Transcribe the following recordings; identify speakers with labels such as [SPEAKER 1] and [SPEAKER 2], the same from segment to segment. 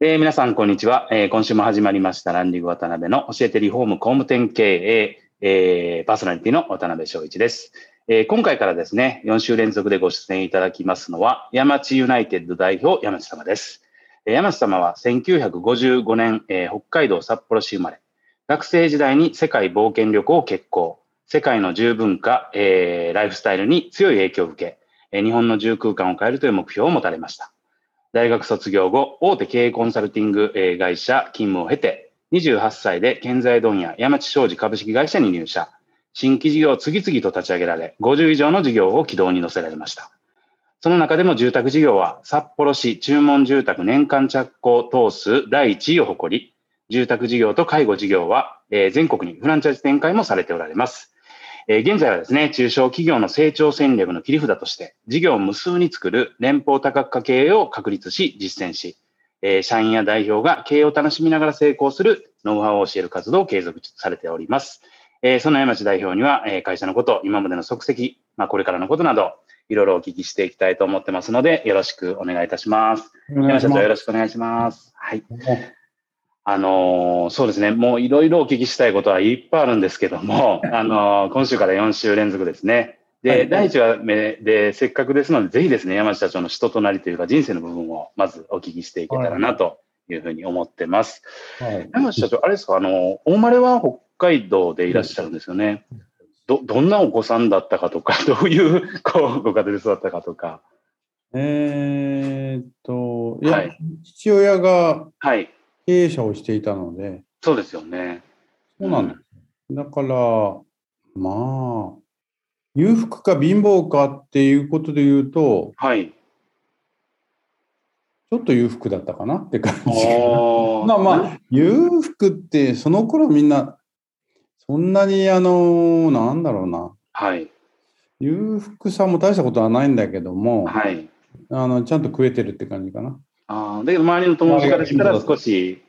[SPEAKER 1] えー皆さん、こんにちは、えー今週も始まりました、ランディング渡辺の教えてリフォーム工務店経営、えーパーソナリティの渡辺翔一です、えー今回からですね、4週連続でご出演いただきますのは、山地ユナイテッド代表、山地様です。えー山地様は1955年、えー北海道札幌市生まれ、学生時代に世界冒険旅行を結構、世界の重文化、えーライフスタイルに強い影響を受け、えー日本の住空間を変えるという目標を持たれました。大学卒業後、大手経営コンサルティングえー会社勤務を経て、28歳で建材問屋山地商事株式会社に入社。新規事業を次々と立ち上げられ、50以上の事業を軌道に乗せられました。その中でも住宅事業は、札幌市注文住宅年間着工等数第1位を誇り、住宅事業と介護事業は、えー全国にフランチャイズ展開もされておられます。えー現在はですね、中小企業の成長戦略の切り札として、事業を無数に作る連邦多角化経営を確立し、実践し、えー社員や代表が経営を楽しみながら成功するノウハウを教える活動を継続されております。えーその山地代表には、えー会社のこと、今までの足跡、まあ、これからのことなど、いろいろお聞きしていきたいと思ってますので、よろしくお願いいたします。
[SPEAKER 2] お願
[SPEAKER 1] 山
[SPEAKER 2] い
[SPEAKER 1] 地
[SPEAKER 2] し
[SPEAKER 1] 社
[SPEAKER 2] ま
[SPEAKER 1] 長、よ
[SPEAKER 2] す。
[SPEAKER 1] ろしくお願いします。はい。あのーそうですね、もういろいろお聞きしたいことはいっぱいあるんですけど も、あのー今週から4週連続ですね。で、
[SPEAKER 2] はい
[SPEAKER 1] 第1話目で、せっかくですので、ぜひですね、山下社長の人となりというか、人生の部分をまずお聞きしていけたらなというふうに思ってます。
[SPEAKER 2] はい
[SPEAKER 1] 山下社長、あれですか、あのーお生まれは北海道でいらっしゃるんですよね。ど、どんなお子さんだったかと か、どういうこうご家庭で育ったかとか。
[SPEAKER 2] えーっと、いや、
[SPEAKER 1] はい
[SPEAKER 2] 父親が
[SPEAKER 1] はい、
[SPEAKER 2] 経営者をしていたので、
[SPEAKER 1] そうですよね。
[SPEAKER 2] そうなんです。だから、まあ、裕福か貧乏かっていうことで言うと、
[SPEAKER 1] はい。
[SPEAKER 2] ちょっと裕福だったかなって感じ。
[SPEAKER 1] おー
[SPEAKER 2] まあまあ、裕福って、その頃みんな、そんなに、あの、なんだろうな、
[SPEAKER 1] はい、
[SPEAKER 2] 裕福さも大したことはないんだけども、
[SPEAKER 1] はい。
[SPEAKER 2] あのちゃんと食えてるって感じかな。
[SPEAKER 1] ああ、だけど周りの友達からしたら
[SPEAKER 2] 周り
[SPEAKER 1] 少
[SPEAKER 2] が
[SPEAKER 1] し、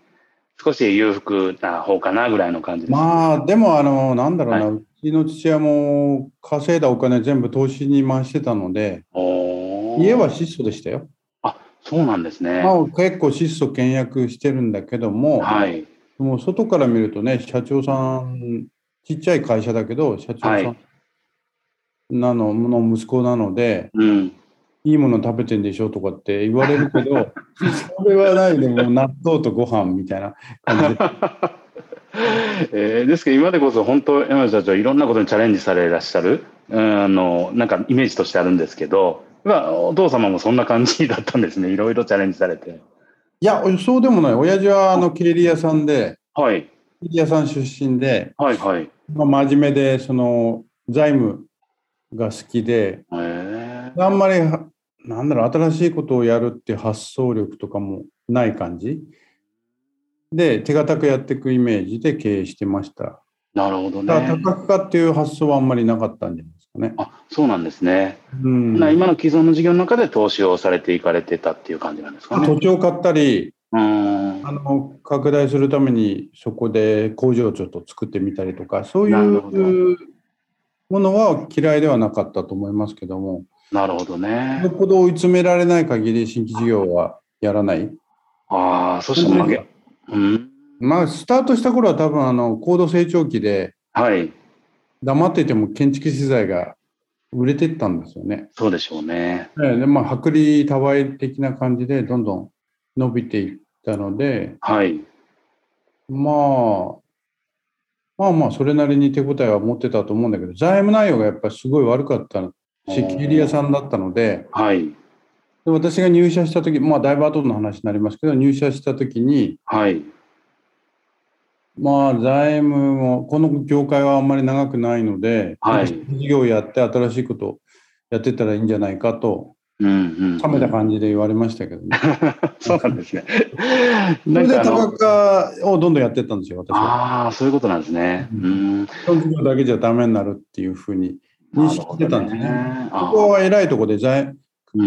[SPEAKER 1] 少し裕福な方かなぐらいの感じです。
[SPEAKER 2] まあでもあのなんだろうな、
[SPEAKER 1] は
[SPEAKER 2] うちの父親も稼いだお金全部投資に回してたので
[SPEAKER 1] おー
[SPEAKER 2] 家は質素でしたよ、
[SPEAKER 1] そうなんですね。
[SPEAKER 2] まあ、結構質素倹約してるんだけども、
[SPEAKER 1] はい。
[SPEAKER 2] もう外から見るとね社長さんちっちゃい会社だけど社長さ
[SPEAKER 1] は
[SPEAKER 2] んなの,、の息子なので
[SPEAKER 1] うん。
[SPEAKER 2] いいもの食べてんでしょとかって言われるけ どそれはないでもう納豆とご飯みたいな感じで
[SPEAKER 1] えーですけど今でこそ本当山下社長いろんなことにチャレンジされらっしゃるうんあのなんかイメージとしてあるんですけどまあお父様もそんな感じだったんですねいろいろチャレンジされて
[SPEAKER 2] いやそうでもない親父はあの経理屋さんで
[SPEAKER 1] はい
[SPEAKER 2] 経理屋さん出身で
[SPEAKER 1] はいはい
[SPEAKER 2] まあ、真面目でその財務が好きで
[SPEAKER 1] えー、
[SPEAKER 2] あんまりはなんだろう新しいことをやるっていう発想力とかもない感じで手堅くやっていくイメージで経営してました
[SPEAKER 1] なるほど
[SPEAKER 2] だから
[SPEAKER 1] ね
[SPEAKER 2] 多角化っていう発想はあんまりなかったんじゃないですかね、
[SPEAKER 1] あそうなんですね、
[SPEAKER 2] うん、
[SPEAKER 1] な今の既存の事業の中で投資をされていかれてたっていう感じなんですかね
[SPEAKER 2] 土地を買ったり
[SPEAKER 1] うん
[SPEAKER 2] あの拡大するためにそこで工場をちょっと作ってみたりとかそうい
[SPEAKER 1] なるほど
[SPEAKER 2] うものは嫌いではなかったと思いますけども、
[SPEAKER 1] なるほどね
[SPEAKER 2] よ。ほど追い詰められない限り新規事業はやらない。
[SPEAKER 1] ああ、そして負け。うん。
[SPEAKER 2] まあ、スタートした頃は多分あの高度成長期で
[SPEAKER 1] はい。
[SPEAKER 2] 黙っていても建築資材が売れてったんですよね。
[SPEAKER 1] そうでしょうね。
[SPEAKER 2] ええで、まあ、薄利多売的な感じでどんどん伸びていったので、
[SPEAKER 1] はい。
[SPEAKER 2] まあ、まあまあ、それなりに手応えは持ってたと思うんだけど、財務内容がやっぱりすごい悪かったし、
[SPEAKER 1] うん
[SPEAKER 2] 経理屋さんだったので、
[SPEAKER 1] はい。
[SPEAKER 2] で私が入社した時まあ、だいぶ後の話になりますけど、入社した時に、
[SPEAKER 1] はい。
[SPEAKER 2] まあ、財務も、この業界はあんまり長くないので、
[SPEAKER 1] はい
[SPEAKER 2] なんか事業をやって新しいことをやってたらいいんじゃないかと
[SPEAKER 1] うんうん
[SPEAKER 2] 冷めた感じで言われましたけどね。
[SPEAKER 1] そうなんですね。
[SPEAKER 2] そ
[SPEAKER 1] な
[SPEAKER 2] れ
[SPEAKER 1] ん
[SPEAKER 2] で
[SPEAKER 1] かあ
[SPEAKER 2] タバ
[SPEAKER 1] の、
[SPEAKER 2] カをどんどんやってったんですよ、私は。
[SPEAKER 1] ああ、そういうことなんですね。うん。
[SPEAKER 2] 職業だけじゃダメになるっていうふうに認識してたんです
[SPEAKER 1] なる
[SPEAKER 2] ね。こ
[SPEAKER 1] ほ
[SPEAKER 2] こ
[SPEAKER 1] どね。
[SPEAKER 2] は偉いとこで財
[SPEAKER 1] あ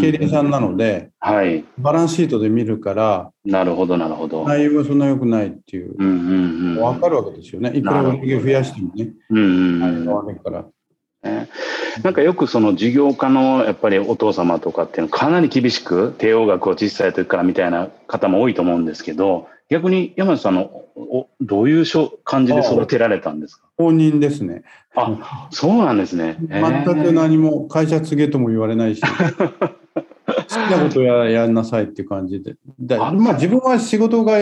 [SPEAKER 2] 経理さんなので、
[SPEAKER 1] うんはい。
[SPEAKER 2] バランスシートで見るから、
[SPEAKER 1] なるほど、なるほど。
[SPEAKER 2] 内容がそんな良くないっていう、
[SPEAKER 1] うんうんうん。
[SPEAKER 2] わかるわけですよね。いくら売り上げ増やしてもね、
[SPEAKER 1] うんうんうん。
[SPEAKER 2] 悪いから。
[SPEAKER 1] なんかよくその事業家のやっぱりお父様とかっていうのかなり厳しく帝王学を小さい時からみたいな方も多いと思うんですけど逆に山内さんのおどういうしょ感じで育てられたんですか
[SPEAKER 2] 公認ですね。
[SPEAKER 1] あそうなんですね。
[SPEAKER 2] 全く何も会社告げとも言わ れないし、好きなことややんなさいっていう感じで。で
[SPEAKER 1] あ
[SPEAKER 2] まあ自分は仕事が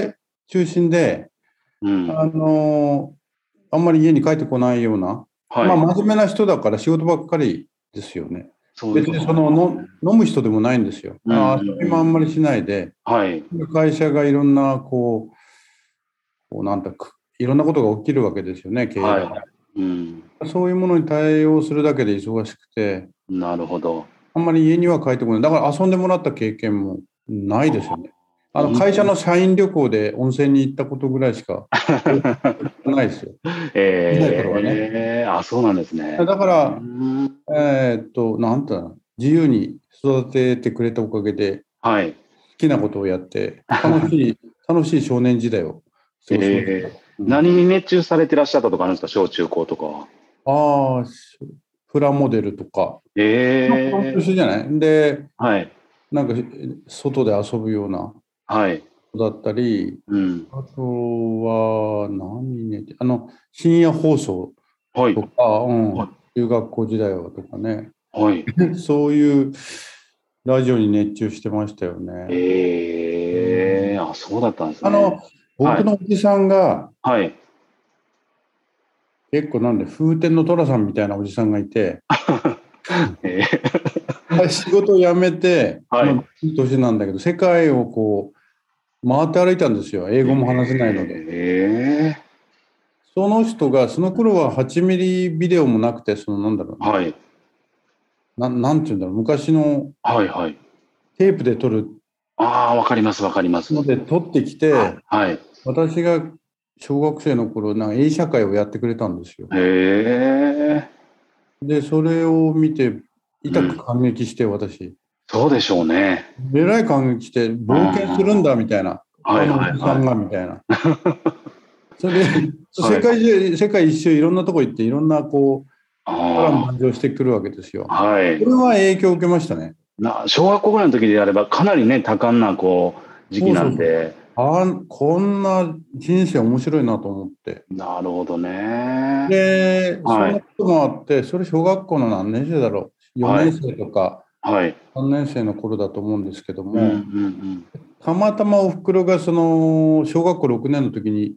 [SPEAKER 2] 中心で、
[SPEAKER 1] うん
[SPEAKER 2] あのーあんまり家に帰ってこないような、
[SPEAKER 1] はい
[SPEAKER 2] まあ真面目な人だから仕事ばっかりですよね。
[SPEAKER 1] そういう
[SPEAKER 2] 別
[SPEAKER 1] こと
[SPEAKER 2] にそのの飲む人でもないんですよ。
[SPEAKER 1] うん
[SPEAKER 2] あ遊びもあんまりしないで、
[SPEAKER 1] はい。
[SPEAKER 2] 会社がいろんなこう、こうなんだくいろんなことが起きるわけですよね、経営が、
[SPEAKER 1] はうん、
[SPEAKER 2] そういうものに対応するだけで忙しくて、
[SPEAKER 1] なるほど。
[SPEAKER 2] あんまり家には帰ってこない。だから遊んでもらった経験もないですよね。あ
[SPEAKER 1] うん
[SPEAKER 2] の会社の社員旅行で温泉に行ったことぐらいしかないですよ。 い
[SPEAKER 1] え
[SPEAKER 2] 頃はね
[SPEAKER 1] えーあそうなんですね。
[SPEAKER 2] だから
[SPEAKER 1] うん
[SPEAKER 2] えーっと、なんていうの自由に育ててくれたおかげで、
[SPEAKER 1] はい。
[SPEAKER 2] 好きなことをやって、楽 しい、楽しい少年時代を過ごしました
[SPEAKER 1] え何に熱中されてらっしゃったとかあるんですか小中高とか。
[SPEAKER 2] ああ、しプラモデルとか、
[SPEAKER 1] え
[SPEAKER 2] まあ
[SPEAKER 1] え
[SPEAKER 2] 一緒じゃないで、
[SPEAKER 1] はい。
[SPEAKER 2] なんか外で遊ぶような
[SPEAKER 1] はい。
[SPEAKER 2] 子だったり、
[SPEAKER 1] うん。
[SPEAKER 2] あとは何ね、あの深夜放送
[SPEAKER 1] はい
[SPEAKER 2] と。か、うん
[SPEAKER 1] はい
[SPEAKER 2] 中学校時代はとかね、
[SPEAKER 1] はい。
[SPEAKER 2] そういうラジオに熱中してましたよね。
[SPEAKER 1] ええあ、そうだったんですね。
[SPEAKER 2] あの、僕のおじさんが
[SPEAKER 1] はい。
[SPEAKER 2] 結構なんで風天の寅さんみたいなおじさんがいて、
[SPEAKER 1] えー
[SPEAKER 2] 仕事を辞めて、
[SPEAKER 1] はい
[SPEAKER 2] まあいい年なんだけど、世界をこう、回って歩いたんですよ。英語も話せないので。
[SPEAKER 1] え
[SPEAKER 2] その人が、その頃は8ミリビデオもなくて、そのなんだろ
[SPEAKER 1] ーはい。
[SPEAKER 2] う、ななんていうんだろう、昔の
[SPEAKER 1] はいはい。
[SPEAKER 2] テープで撮る
[SPEAKER 1] ああ、わかりますわかります。
[SPEAKER 2] ので撮ってきて、
[SPEAKER 1] はい。
[SPEAKER 2] 私が小学生の頃、なんか英社会をやってくれたんですよ
[SPEAKER 1] え。え
[SPEAKER 2] で、それを見て、痛く感激して、私。
[SPEAKER 1] そうでしょうね。
[SPEAKER 2] えらい感激して、冒険するんだ、みたいな。
[SPEAKER 1] はいはい
[SPEAKER 2] あのおじさん
[SPEAKER 1] は
[SPEAKER 2] がみたいな。 それで、世界中、世界一周いろんなとこ行って、いろんなこう、波乱
[SPEAKER 1] い。
[SPEAKER 2] 万丈してくるわけですよ。
[SPEAKER 1] あ
[SPEAKER 2] こ
[SPEAKER 1] あはい
[SPEAKER 2] れ。は影響を受けましたね。
[SPEAKER 1] な小学校ぐらいの時であればかなりね多感なこう時期なんで
[SPEAKER 2] ああ、こんな人生面白いなと思って。
[SPEAKER 1] なるほどね
[SPEAKER 2] で、そん
[SPEAKER 1] はい
[SPEAKER 2] なこともあって、それ小学校の何年生だろう。
[SPEAKER 1] は
[SPEAKER 2] 4
[SPEAKER 1] い
[SPEAKER 2] 年生とか
[SPEAKER 1] はい
[SPEAKER 2] 3年生の頃だと思うんですけども、
[SPEAKER 1] うんうん
[SPEAKER 2] たまたまおふくろがその小学校6年の時に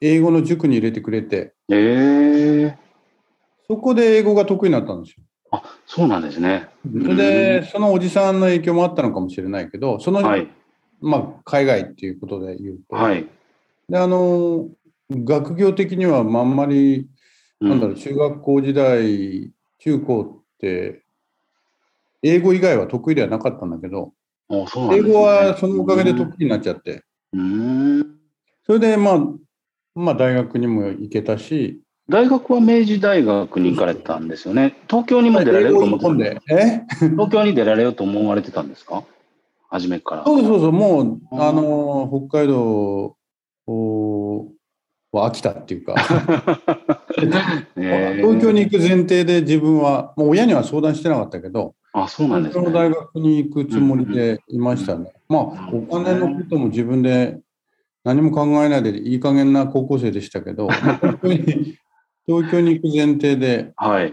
[SPEAKER 2] 英語の塾に入れてくれて、
[SPEAKER 1] うんええ
[SPEAKER 2] そこで英語が得意になったんですよ。
[SPEAKER 1] そうなんですね
[SPEAKER 2] それで、そのおじさんの影響もあったのかもしれないけど、その、
[SPEAKER 1] はい
[SPEAKER 2] まあ、海外っていうことで言うと、
[SPEAKER 1] はい、
[SPEAKER 2] であの学業的にはまああんまり、
[SPEAKER 1] うん
[SPEAKER 2] なんだろう、中学校時代、中高って、英語以外は得意ではなかったんだけど、
[SPEAKER 1] あそうなんで
[SPEAKER 2] 英
[SPEAKER 1] すね
[SPEAKER 2] 語はそのおかげで得意になっちゃって、
[SPEAKER 1] うんうん
[SPEAKER 2] それで、まあ、まあ、大学にも行けたし、
[SPEAKER 1] 大学は明治大学に行かれたんですよね東京にも出られ
[SPEAKER 2] 英
[SPEAKER 1] ると
[SPEAKER 2] 語
[SPEAKER 1] 思
[SPEAKER 2] 一
[SPEAKER 1] ってた
[SPEAKER 2] 本
[SPEAKER 1] ん
[SPEAKER 2] で。え
[SPEAKER 1] 東京に出られようと思われてたんですか初めから
[SPEAKER 2] そうそうそう、もう、
[SPEAKER 1] うん
[SPEAKER 2] あの、北海道をは飽きたっ ていうか。東京に行
[SPEAKER 1] く
[SPEAKER 2] く前提で自分は、もう親には相談してなかったけど、
[SPEAKER 1] あそうなんです
[SPEAKER 2] その
[SPEAKER 1] ね
[SPEAKER 2] 大学に行くつもりでいましたね。まあ、お金のことも自分で何も考えないで、いい加減な高校生でした けど、東京に東京に行く前提で、
[SPEAKER 1] はい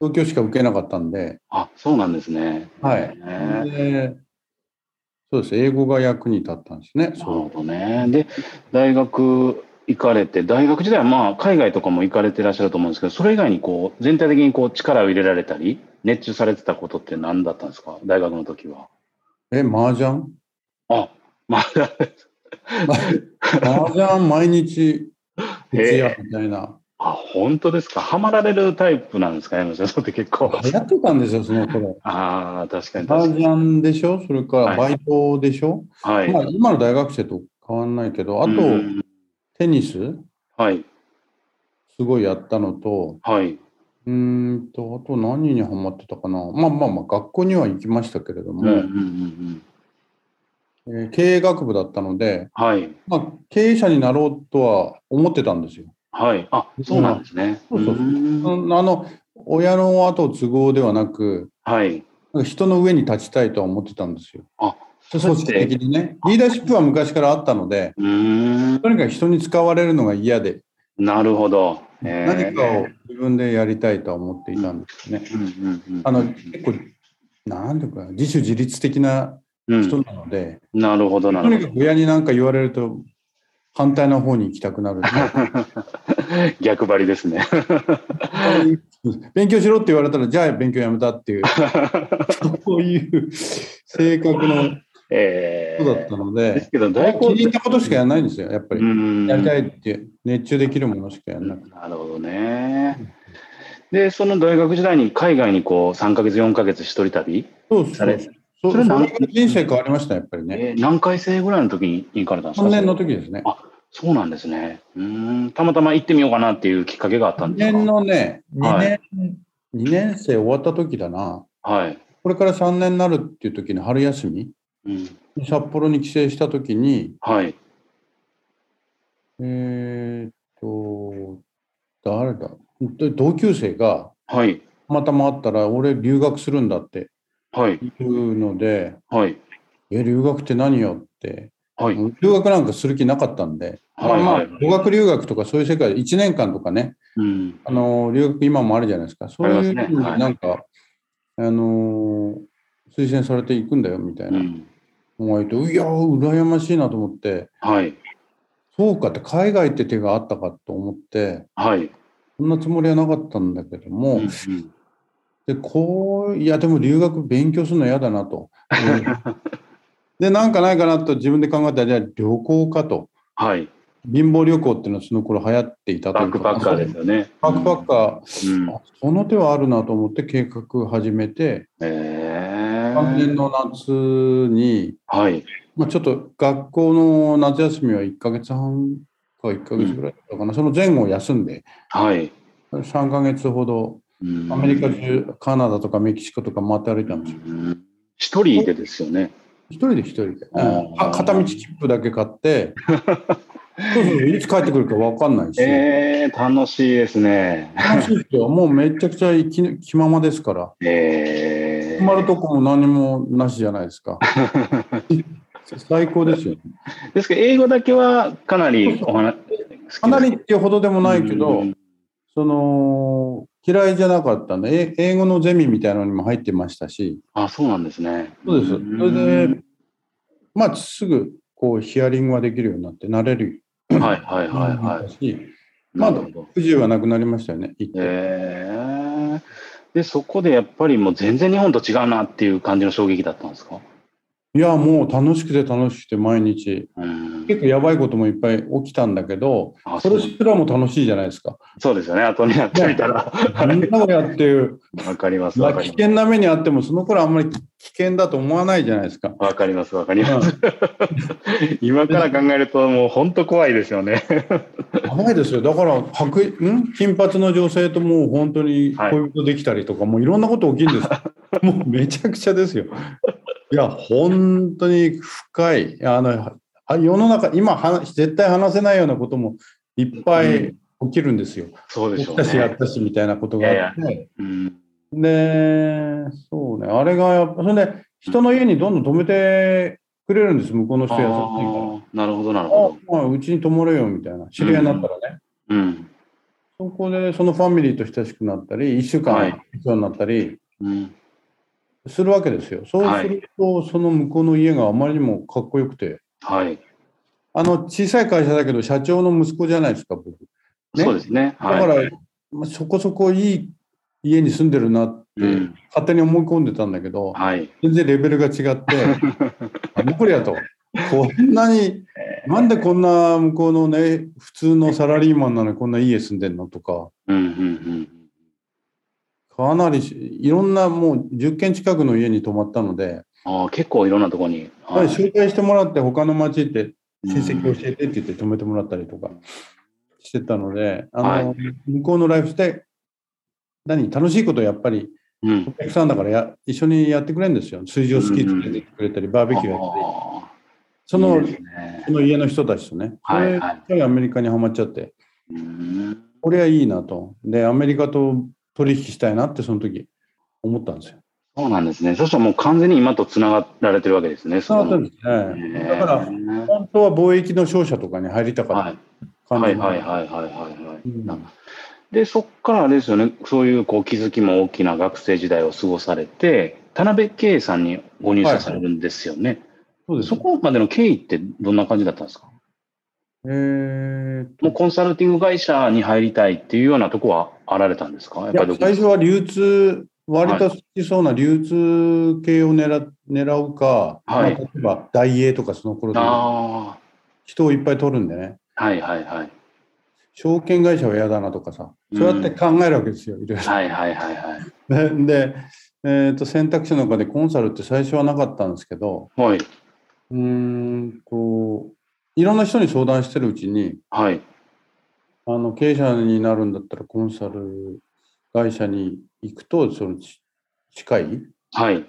[SPEAKER 2] 東京しか受けなかったんで、
[SPEAKER 1] あそうなんですね
[SPEAKER 2] はい。
[SPEAKER 1] ね
[SPEAKER 2] でそうです、英語が役に立ったんですね。
[SPEAKER 1] なるほ
[SPEAKER 2] そ
[SPEAKER 1] どね。で、大学行かれて、大学時代はまあ海外とかも行かれてらっしゃると思うんですけど、それ以外にこう全体的にこう力を入れられたり、熱中されてたことって何だったんですか、大学の時は。
[SPEAKER 2] う。え、麻雀
[SPEAKER 1] あまあ、
[SPEAKER 2] 麻雀毎日、徹夜みたいな。
[SPEAKER 1] あ、本当ですか。はまられるタイプなんですかね、吉田さんって結構。
[SPEAKER 2] 流行ってたんですよ、その 頃。
[SPEAKER 1] ああ、確かに確
[SPEAKER 2] バ
[SPEAKER 1] か
[SPEAKER 2] ー
[SPEAKER 1] に。
[SPEAKER 2] ジョンでしょそれから
[SPEAKER 1] は
[SPEAKER 2] バイトでしょ、
[SPEAKER 1] はい。
[SPEAKER 2] まあ、今の大学生と変わんないけど、あと
[SPEAKER 1] うん
[SPEAKER 2] テニス、
[SPEAKER 1] はい。
[SPEAKER 2] すごいやったのと、
[SPEAKER 1] はい。
[SPEAKER 2] うーんと、あと何にハマってたかな。まあまあまあ、学校には行きましたけれども、
[SPEAKER 1] うんうんうんうん。
[SPEAKER 2] えー経営学部だったので、
[SPEAKER 1] はい。
[SPEAKER 2] まあ、経営者になろうとは思ってたんですよ。
[SPEAKER 1] はい。あ、そうなんですね。
[SPEAKER 2] うんそうそうそ
[SPEAKER 1] ん
[SPEAKER 2] うんあの、親の後を都合ではなく、
[SPEAKER 1] はい。
[SPEAKER 2] なんか人の上に立ちたいとは思ってたんですよ。
[SPEAKER 1] あ
[SPEAKER 2] 組織的にね。リーダーシップは昔からあったので、
[SPEAKER 1] うーん。
[SPEAKER 2] とにかく人に使われるのが嫌で、
[SPEAKER 1] なるほど。えー
[SPEAKER 2] 何かを自分でやりたいとは思っていたんですね。
[SPEAKER 1] うんうんうん
[SPEAKER 2] あの結構、なんていうかな、自主自立的な
[SPEAKER 1] う
[SPEAKER 2] 人
[SPEAKER 1] ん、
[SPEAKER 2] なので、
[SPEAKER 1] なるほど、な
[SPEAKER 2] と
[SPEAKER 1] る
[SPEAKER 2] に
[SPEAKER 1] ほ
[SPEAKER 2] かく親に何か言われると、反対の方に行きた くなる、
[SPEAKER 1] ど。逆張りですね。
[SPEAKER 2] 勉強しろって言われたら、じゃあ勉強やめたっ ていう、そういう性格の
[SPEAKER 1] え
[SPEAKER 2] 人だった
[SPEAKER 1] ー、
[SPEAKER 2] の
[SPEAKER 1] で、
[SPEAKER 2] です
[SPEAKER 1] けど、大
[SPEAKER 2] 気
[SPEAKER 1] 根
[SPEAKER 2] に入ったことしかやらないんですよ、やっぱり。やりた
[SPEAKER 1] い
[SPEAKER 2] いって、熱中できるものしかやらなくて。
[SPEAKER 1] なるほどね。で、その大学時代に海外にこう3ヶ月、4ヶ月一人旅、
[SPEAKER 2] そうそう
[SPEAKER 1] されて
[SPEAKER 2] そう。
[SPEAKER 1] そ
[SPEAKER 2] そ
[SPEAKER 1] れ
[SPEAKER 2] れ
[SPEAKER 1] なん
[SPEAKER 2] が人生変わりました、やっぱりね。
[SPEAKER 1] えー何回生ぐらいの時に行かれたんですか
[SPEAKER 2] 3年の時ですね。
[SPEAKER 1] そうなんですね。うーん、たまたま行ってみようかなっていうきっかけがあったん
[SPEAKER 2] 2
[SPEAKER 1] ですか
[SPEAKER 2] 年のね、2
[SPEAKER 1] はい
[SPEAKER 2] 年、二年生終わった時だな、
[SPEAKER 1] はい。
[SPEAKER 2] これから3年になるっていう時に春休み、
[SPEAKER 1] うん、
[SPEAKER 2] 札幌に帰省した時に、
[SPEAKER 1] はい。
[SPEAKER 2] えーっと、誰だ、で同級生が、
[SPEAKER 1] はい。
[SPEAKER 2] たまたま会ったら、俺、留学するんだって
[SPEAKER 1] はい。
[SPEAKER 2] 言うので、
[SPEAKER 1] はい。
[SPEAKER 2] え、留学って何よって、
[SPEAKER 1] はい。
[SPEAKER 2] 留学なんかする気なかったんで、
[SPEAKER 1] はい
[SPEAKER 2] まあま
[SPEAKER 1] は
[SPEAKER 2] あ
[SPEAKER 1] い、
[SPEAKER 2] 語学留学とかそういう世界、1年間とかね、
[SPEAKER 1] うん。
[SPEAKER 2] あの留学今もあるじゃないですか、そう
[SPEAKER 1] あ
[SPEAKER 2] い
[SPEAKER 1] り
[SPEAKER 2] う
[SPEAKER 1] ますね
[SPEAKER 2] のに
[SPEAKER 1] はい。
[SPEAKER 2] なんか、あのー推薦されていくんだよみたいうなん思いと、いやー、羨ましいなと思って、
[SPEAKER 1] はい。
[SPEAKER 2] そうかって、海外って手があったかと思って、
[SPEAKER 1] はい。
[SPEAKER 2] そんなつもりはなかったんだけど
[SPEAKER 1] う
[SPEAKER 2] も、
[SPEAKER 1] んうん
[SPEAKER 2] でこう、いや、でも留学勉強するの嫌だ なと。うんで、なんかないかなと自分で考えたら、じゃあ旅行かと。
[SPEAKER 1] はい。
[SPEAKER 2] 貧乏旅行っていうのはその頃流行っていたと
[SPEAKER 1] バ
[SPEAKER 2] い
[SPEAKER 1] ッ
[SPEAKER 2] う
[SPEAKER 1] ク
[SPEAKER 2] か
[SPEAKER 1] パッカーですよね。
[SPEAKER 2] バックパッカー、
[SPEAKER 1] うん。
[SPEAKER 2] あその手はあるなと思って計画始めて、
[SPEAKER 1] ええ
[SPEAKER 2] 3年の夏に、
[SPEAKER 1] はい。
[SPEAKER 2] まあ、ちょっと学校の夏休みは1ヶ月半か1ヶ月ぐらいだったかな、その前後休んで、
[SPEAKER 1] はい。
[SPEAKER 2] 3ヶ月ほど
[SPEAKER 1] うん
[SPEAKER 2] アメリカ中、カナダとかメキシコとか回って歩いた
[SPEAKER 1] うん
[SPEAKER 2] ですよ。
[SPEAKER 1] ん一人でですよね。
[SPEAKER 2] 一人で一人で、
[SPEAKER 1] あー
[SPEAKER 2] か片道切符だけ買って、そうそういつ帰ってくるか分かんないし、
[SPEAKER 1] ええ楽しいですね。
[SPEAKER 2] 楽しいですよもうめちゃくちゃ気の気ままですから。
[SPEAKER 1] ええ
[SPEAKER 2] 泊まるとこも何もなしじゃないです か。最高ですよ。
[SPEAKER 1] ですけど、英語だけはかなりお話、
[SPEAKER 2] かなりっていうほどでもないけど
[SPEAKER 1] う、ん
[SPEAKER 2] その嫌いじゃなかったんで、え英語のゼミみたいなのにも入ってましたし、
[SPEAKER 1] あ、そうなんですね。
[SPEAKER 2] そうです。そ
[SPEAKER 1] ん
[SPEAKER 2] れで、まあ、すぐこうヒアリングはできるようになって、慣れる
[SPEAKER 1] はいはい
[SPEAKER 2] よう
[SPEAKER 1] はい
[SPEAKER 2] になっ
[SPEAKER 1] は
[SPEAKER 2] た
[SPEAKER 1] い。
[SPEAKER 2] し、ま
[SPEAKER 1] な
[SPEAKER 2] あ
[SPEAKER 1] るほど。
[SPEAKER 2] 不自由はなくなりましたよね、行って。
[SPEAKER 1] ええで、そこでやっぱりもう全然日本と違うなっていう感じの衝撃だったんですか
[SPEAKER 2] いや、もう楽しくて楽しくて、毎日。
[SPEAKER 1] うん。
[SPEAKER 2] 結構やばいこともいっぱい起きたんだけど、
[SPEAKER 1] あ
[SPEAKER 2] それすらも楽しいじゃないですか。
[SPEAKER 1] そうですよね。後にやってみたら。
[SPEAKER 2] みんながやっ てる。
[SPEAKER 1] わかります。
[SPEAKER 2] ま
[SPEAKER 1] わ
[SPEAKER 2] あ、
[SPEAKER 1] か
[SPEAKER 2] 危
[SPEAKER 1] りま
[SPEAKER 2] 険な目にあっても、その頃あんまり危険だと思わないじゃないですか。
[SPEAKER 1] す。わかります。わかります。今から考えると、もう本当怖いですよね。
[SPEAKER 2] やばいですよ。だから、白いん金髪の女性ともう本当に
[SPEAKER 1] はい
[SPEAKER 2] 恋人できたりとか、もういろんなこと起きる んです。もうめちゃくちゃですよ。いや、本当に深い。あの、あ世の中、今は、絶対話せないようなこともいっぱ
[SPEAKER 1] う
[SPEAKER 2] い起きるんですよ。
[SPEAKER 1] そうでしょう
[SPEAKER 2] やったし、や
[SPEAKER 1] ね
[SPEAKER 2] っ。たし、みたいなことがあって。
[SPEAKER 1] うん、
[SPEAKER 2] で、そうね、あれがやっぱ、それで、人の家にどんどん泊めてくれるんです、向こうの人
[SPEAKER 1] あ
[SPEAKER 2] 優しいか
[SPEAKER 1] ーなるほど、なる
[SPEAKER 2] ら。あ
[SPEAKER 1] ほど。
[SPEAKER 2] まあ、うちに泊まれよみたいな、知り合いになったらね。
[SPEAKER 1] うん。
[SPEAKER 2] そこで、そのファミリーと親しくなったり、1週
[SPEAKER 1] は
[SPEAKER 2] 間
[SPEAKER 1] い
[SPEAKER 2] 一緒になったり
[SPEAKER 1] うん、
[SPEAKER 2] するわけですよ。そうすると、その向こうの家があまりにもかっこよくて、
[SPEAKER 1] はい、
[SPEAKER 2] あの、小さい会社だけど、社長の息子じゃないですか、僕。だね
[SPEAKER 1] そうですね。はい、
[SPEAKER 2] から、まあそこそこいい家に住んでるなって、
[SPEAKER 1] うん、
[SPEAKER 2] 勝手に思い込んでたんだけど、
[SPEAKER 1] はい。
[SPEAKER 2] 全然レベルが違って、あ無理やと、こんなになんでこんな向こうのね、普通のサラリーマンなのにこんな家住んでんのとか、
[SPEAKER 1] うんうんうん。
[SPEAKER 2] かなりしいろんなもう10軒近くの家に泊まったので、
[SPEAKER 1] ああ、結構いろんなとこに。
[SPEAKER 2] やっぱり紹介してもらって、他の町行って、親戚
[SPEAKER 1] うん
[SPEAKER 2] 教えてって言って泊めてもらったりとかしてたので、あの
[SPEAKER 1] はい
[SPEAKER 2] 向こうのライフスタイル、何、楽しいことをやっぱり
[SPEAKER 1] うん
[SPEAKER 2] お。客さんだからや一緒にやってくれるんですよ。水上スキー連れてきてくれたり、バーベキューやったり、
[SPEAKER 1] ああ
[SPEAKER 2] その
[SPEAKER 1] いいですね
[SPEAKER 2] その家の人たちとね、
[SPEAKER 1] はい
[SPEAKER 2] そ
[SPEAKER 1] はい
[SPEAKER 2] れやっぱりアメリカにはまっちゃって、
[SPEAKER 1] うん
[SPEAKER 2] これはいいなと。で、アメリカと取引したいなって、その時思ったんですよ。
[SPEAKER 1] そうなんですね。そしたらもう完全に今とつながられてるわけですね。
[SPEAKER 2] そうなん
[SPEAKER 1] で
[SPEAKER 2] ですね。だから、本当は貿易の商社とかに入りたか
[SPEAKER 1] は
[SPEAKER 2] っ
[SPEAKER 1] い
[SPEAKER 2] た
[SPEAKER 1] は
[SPEAKER 2] 感
[SPEAKER 1] い
[SPEAKER 2] じ
[SPEAKER 1] はいはいはいはいはい。
[SPEAKER 2] うん
[SPEAKER 1] なんかで、そこからあれですよね、そういうこう気づきも大きな学生時代を過ごされて、田辺圭さんにご入社されるんですよね。
[SPEAKER 2] そうです
[SPEAKER 1] そ。こまでの経緯ってどんな感じだったんですか
[SPEAKER 2] えーっ
[SPEAKER 1] もうコンサルティング会社に入りたいっていうようなとこはあられたんですかやっ
[SPEAKER 2] と、
[SPEAKER 1] ぱ
[SPEAKER 2] いや
[SPEAKER 1] り
[SPEAKER 2] 最初は流通、割と好きそうな流通系を狙っ狙うか、
[SPEAKER 1] はい
[SPEAKER 2] まあ例えばダイエーとかその頃で
[SPEAKER 1] あ
[SPEAKER 2] 人をいっぱい取るんでね、
[SPEAKER 1] あ、はいはいはい。
[SPEAKER 2] 証券会社は嫌だなとかさ、そうやって考えるわけですよ、いろいろ。
[SPEAKER 1] はいはいはいはい。
[SPEAKER 2] で で、えー、と選択肢の中でコンサルって最初はなかったんですけど
[SPEAKER 1] はい。
[SPEAKER 2] うーんといろんな人に相談してるうちに
[SPEAKER 1] はい。
[SPEAKER 2] あの経営者になるんだったらコンサル会社に行くとそのち近い
[SPEAKER 1] はい。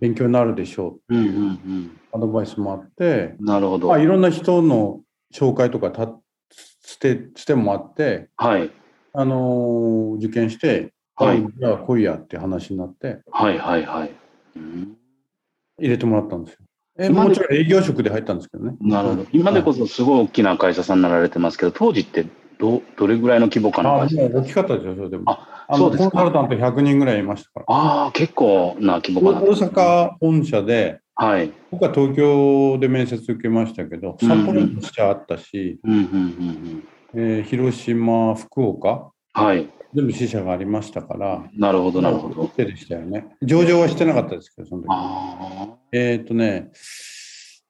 [SPEAKER 2] 勉強になるでしょ
[SPEAKER 1] うんうんうん。
[SPEAKER 2] うアドバイスもあって、
[SPEAKER 1] なるほど。
[SPEAKER 2] まあ、
[SPEAKER 1] はいい。
[SPEAKER 2] ろんな人の紹介とかたつてつてもあって、
[SPEAKER 1] はい
[SPEAKER 2] あのー受験して、
[SPEAKER 1] はい
[SPEAKER 2] あじゃあ来いやって話になって
[SPEAKER 1] はいはい。うん
[SPEAKER 2] 入れてもらったんですよ。え
[SPEAKER 1] 今で
[SPEAKER 2] もちろん営業職で入ったんですけどね。
[SPEAKER 1] なるほど。今でこそすごい大きな会社さんになられてますけど、当時ってどどれぐらいの規模かな
[SPEAKER 2] あ
[SPEAKER 1] 会社
[SPEAKER 2] もう大きかったですよ、それでも。
[SPEAKER 1] あ
[SPEAKER 2] あ
[SPEAKER 1] そ
[SPEAKER 2] の
[SPEAKER 1] うですか
[SPEAKER 2] コンサルタント100人ぐらいいましたから。
[SPEAKER 1] ああ、結構な規模
[SPEAKER 2] 大
[SPEAKER 1] かな。
[SPEAKER 2] 阪本社で、
[SPEAKER 1] はい。
[SPEAKER 2] 僕は東京で面接受けましたけど、
[SPEAKER 1] うん
[SPEAKER 2] 札幌にも支社あったし、
[SPEAKER 1] うんうんうん
[SPEAKER 2] えー広島、福岡、
[SPEAKER 1] うん。はい。
[SPEAKER 2] 全部支社がありましたから、
[SPEAKER 1] なるほどなるほど。
[SPEAKER 2] 手でしたよね。上場はしてなかったですけど、その時。
[SPEAKER 1] あ
[SPEAKER 2] えっ、とね、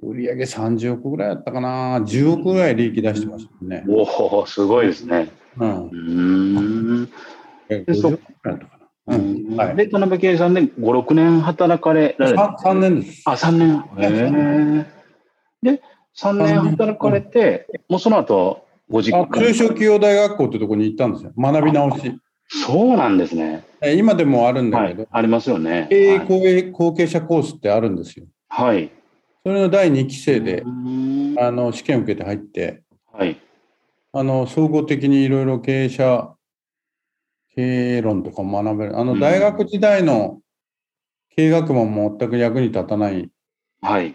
[SPEAKER 2] 売上30億ぐらいだったかな、10億ぐらい利益出してましたもんね
[SPEAKER 1] あ。。おお、すごいですね。
[SPEAKER 2] うん
[SPEAKER 1] う。ーん。
[SPEAKER 2] 50億ぐらいだったかな。うん。はい。
[SPEAKER 1] で、田辺圭さんで5、6年働かれられ
[SPEAKER 2] さ3年です。
[SPEAKER 1] あ、3年。へえ。で、3年働かれて、もうその後、ご実
[SPEAKER 2] あ中
[SPEAKER 1] 家
[SPEAKER 2] 小企業大学校ってとこに行ったんですよ。学び直し。
[SPEAKER 1] そうなんですね。
[SPEAKER 2] え今でもあるんだ
[SPEAKER 1] は
[SPEAKER 2] けど、
[SPEAKER 1] い。ありますよね。
[SPEAKER 2] 経営
[SPEAKER 1] はい
[SPEAKER 2] 後継後継者コースってあるんですよ。
[SPEAKER 1] はい。
[SPEAKER 2] それの第2期生で
[SPEAKER 1] う、ーん
[SPEAKER 2] あの試験受けて入って、
[SPEAKER 1] はい。
[SPEAKER 2] あの総合的にいろいろ経営者、経営論とかも学べる。あ
[SPEAKER 1] う
[SPEAKER 2] の
[SPEAKER 1] ん
[SPEAKER 2] 大学時代の経営学問も全く役に立たない
[SPEAKER 1] はい。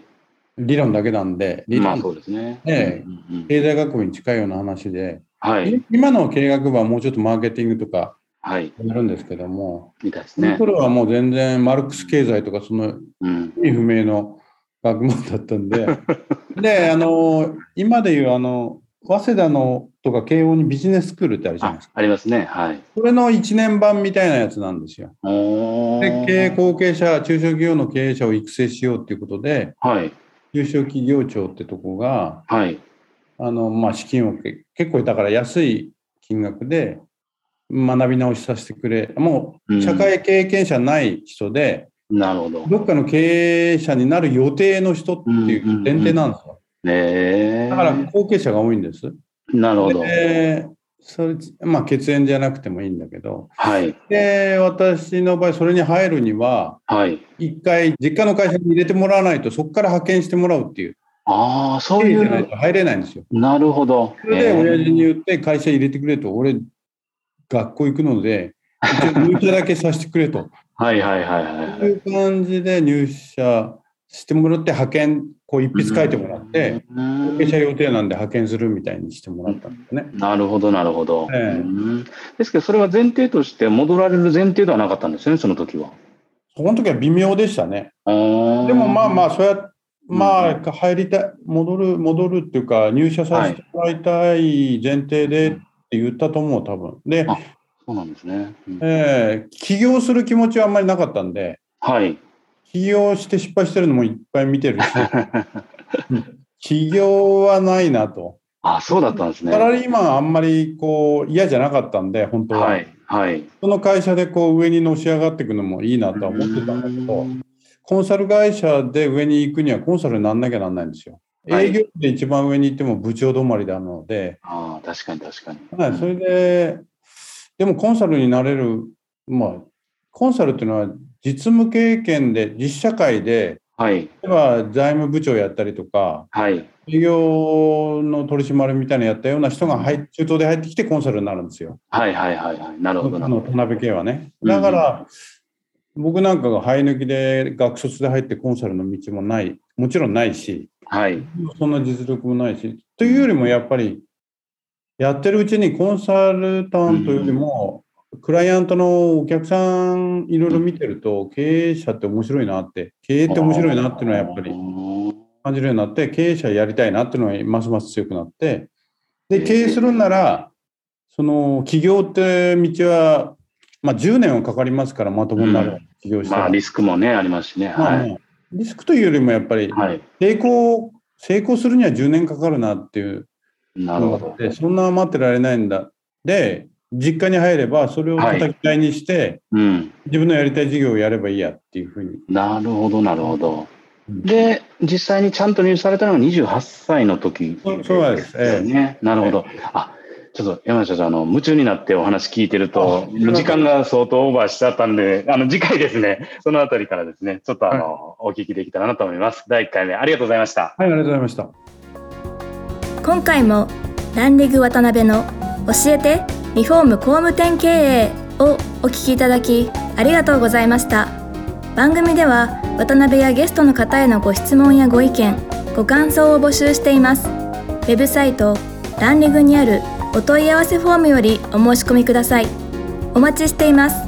[SPEAKER 2] 理論だけなんで、理
[SPEAKER 1] まあ
[SPEAKER 2] 論、
[SPEAKER 1] そうですね。
[SPEAKER 2] ええ
[SPEAKER 1] うんうんうん
[SPEAKER 2] 経済学部に近いような話で、
[SPEAKER 1] はい。
[SPEAKER 2] 今の経営学部はもうちょっとマーケティングとか
[SPEAKER 1] はい。
[SPEAKER 2] やるんですけども、
[SPEAKER 1] みたいです
[SPEAKER 2] その
[SPEAKER 1] ね。
[SPEAKER 2] 頃はもう全然マルクス経済とかその
[SPEAKER 1] うん。
[SPEAKER 2] 意味不明の学問だった んでであの今でいうあの早稲田のとか慶応にビジネススクールってあるじゃないで
[SPEAKER 1] あ
[SPEAKER 2] すか、
[SPEAKER 1] ありますね。はい。
[SPEAKER 2] それの1年版みたいなやつなんですよ。
[SPEAKER 1] お
[SPEAKER 2] で
[SPEAKER 1] ー
[SPEAKER 2] 経営後継者中小企業の経営者を育成しようっていうことで
[SPEAKER 1] はい。
[SPEAKER 2] 中小企業庁ってとこが
[SPEAKER 1] はい。
[SPEAKER 2] あの、まあ、資金をけ結構だから安い金額で学び直しさせてくれも
[SPEAKER 1] う
[SPEAKER 2] うん社会経験者ない人で、
[SPEAKER 1] なるほど。
[SPEAKER 2] どっかの経営者になる予定の人っていう前提なんですよ。
[SPEAKER 1] ねえ。
[SPEAKER 2] だから後継者が多いんです。
[SPEAKER 1] なるほど。
[SPEAKER 2] で、それまあ、血縁じゃなくてもいいんだけど、
[SPEAKER 1] はい。
[SPEAKER 2] で、私の場合、それに入るには、
[SPEAKER 1] はい。
[SPEAKER 2] 一回、実家の会社に入れてもらわないと、そこから派遣してもらうっていう、
[SPEAKER 1] ああ、そう
[SPEAKER 2] 経
[SPEAKER 1] い。
[SPEAKER 2] 営じゃないうと入れないんですよ。
[SPEAKER 1] なるほど。
[SPEAKER 2] それで、
[SPEAKER 1] えー
[SPEAKER 2] 親父に言って、会社入れてくれと、俺、学校行くので、一応入社だけさせてくれ と。
[SPEAKER 1] はいはいはいはい
[SPEAKER 2] そう
[SPEAKER 1] はい。
[SPEAKER 2] いう感じで入社してもらって、派遣、こう、一筆書いてもらって、
[SPEAKER 1] うん
[SPEAKER 2] 後継者予定なんで派遣するみたいにしてもらったんですね。
[SPEAKER 1] なるほど、なるほど、
[SPEAKER 2] ええ
[SPEAKER 1] うんですけど、それは前提として、戻られる前提ではなかったんですよね、その時は。
[SPEAKER 2] そこの時は微妙でしたね。
[SPEAKER 1] で
[SPEAKER 2] でもまあま
[SPEAKER 1] あ
[SPEAKER 2] あ、そうやまあ、入りたい、戻る、戻るっていうか、入社させてもらいたい前提でって言ったと思う、多分。で
[SPEAKER 1] あ、そうなんですね。うん
[SPEAKER 2] えー起業する気持ちはあんまりなかったんで、
[SPEAKER 1] はい。
[SPEAKER 2] 起業して失敗してるのもいっぱい見てるし、起業はないなと。
[SPEAKER 1] あ、そうだったんですね。
[SPEAKER 2] サラリーマンあんまりこう嫌じゃなかったんで、本当は。
[SPEAKER 1] はい、はい。
[SPEAKER 2] その会社でこう上にのし上がっていくのもいいなとは思ってたんだけど、コンサル会社で上に行くにはコンサルになんなきゃなんないんですよ。
[SPEAKER 1] はい
[SPEAKER 2] 営業で一番上に行っても部長止まりなので、
[SPEAKER 1] ああ、確かに確かに。
[SPEAKER 2] はい、それで、でもコンサルになれる、まあ、コンサルっていうのは実務経験で、実社会で、
[SPEAKER 1] はい、
[SPEAKER 2] 例えば財務部長やったりとか、
[SPEAKER 1] はい。
[SPEAKER 2] 営業の取締りみたいなのやったような人が入っ中東で入ってきてコンサルになるんですよ。
[SPEAKER 1] はい、はい、はい。はいなるほど、な
[SPEAKER 2] あ
[SPEAKER 1] る
[SPEAKER 2] の
[SPEAKER 1] ほ
[SPEAKER 2] 田
[SPEAKER 1] ど。
[SPEAKER 2] 辺系はね。
[SPEAKER 1] うん
[SPEAKER 2] だから、僕なんかが生え抜きで学卒で入ってコンサルの道もない、もちろんないし、
[SPEAKER 1] はい。
[SPEAKER 2] そんな実力もないし、というよりもやっぱり、やってるうちにコンサルタントよりも、クライアントのお客さんいろいろ見てると、経営者って面白いなって、経営って面白いなっていうのはやっぱり感じるようになって、経営者やりたいなっていうのはますます強くなって、で、経営するんなら、その起業って道は、まあ10年はかかりますから、まともになる、
[SPEAKER 1] うん
[SPEAKER 2] 起業した
[SPEAKER 1] ま
[SPEAKER 2] ら。
[SPEAKER 1] あ、リスクもね、ありますしね。
[SPEAKER 2] まあ
[SPEAKER 1] は
[SPEAKER 2] ね
[SPEAKER 1] い。
[SPEAKER 2] リスクというよりもやっぱり、
[SPEAKER 1] はい。
[SPEAKER 2] 成功、成功するには10年かかるなっていう
[SPEAKER 1] なるほ
[SPEAKER 2] のがあっ
[SPEAKER 1] ど。
[SPEAKER 2] て、そんな待ってられないんだ。で、実家に入れば、それを叩き台にして、
[SPEAKER 1] うん。
[SPEAKER 2] 自分のやりたい事業をやればいいやっていうふうに。
[SPEAKER 1] なるほど、なるほど。
[SPEAKER 2] うん
[SPEAKER 1] で、実際にちゃんと入手されたのが28歳の時
[SPEAKER 2] そうそうです
[SPEAKER 1] よね。なるほど。あちょっと山下さん、あの、夢中になってお話聞いてると、
[SPEAKER 2] あ
[SPEAKER 1] 時間が相当オーバーしちゃったんで、あの、次回ですね、そのあたりからですね、ちょっとあの、お聞きできたらなと思います。第1回目、ありがとうございました。
[SPEAKER 2] はい、ありがとうございました。
[SPEAKER 3] 今回もランディグ渡辺の教えてリフォーム工務店経営をお聞きいただきありがとうございました番組では渡辺やゲストの方へのご質問やご意見ご感想を募集していますウェブサイトランディグにあるお問い合わせフォームよりお申し込みくださいお待ちしています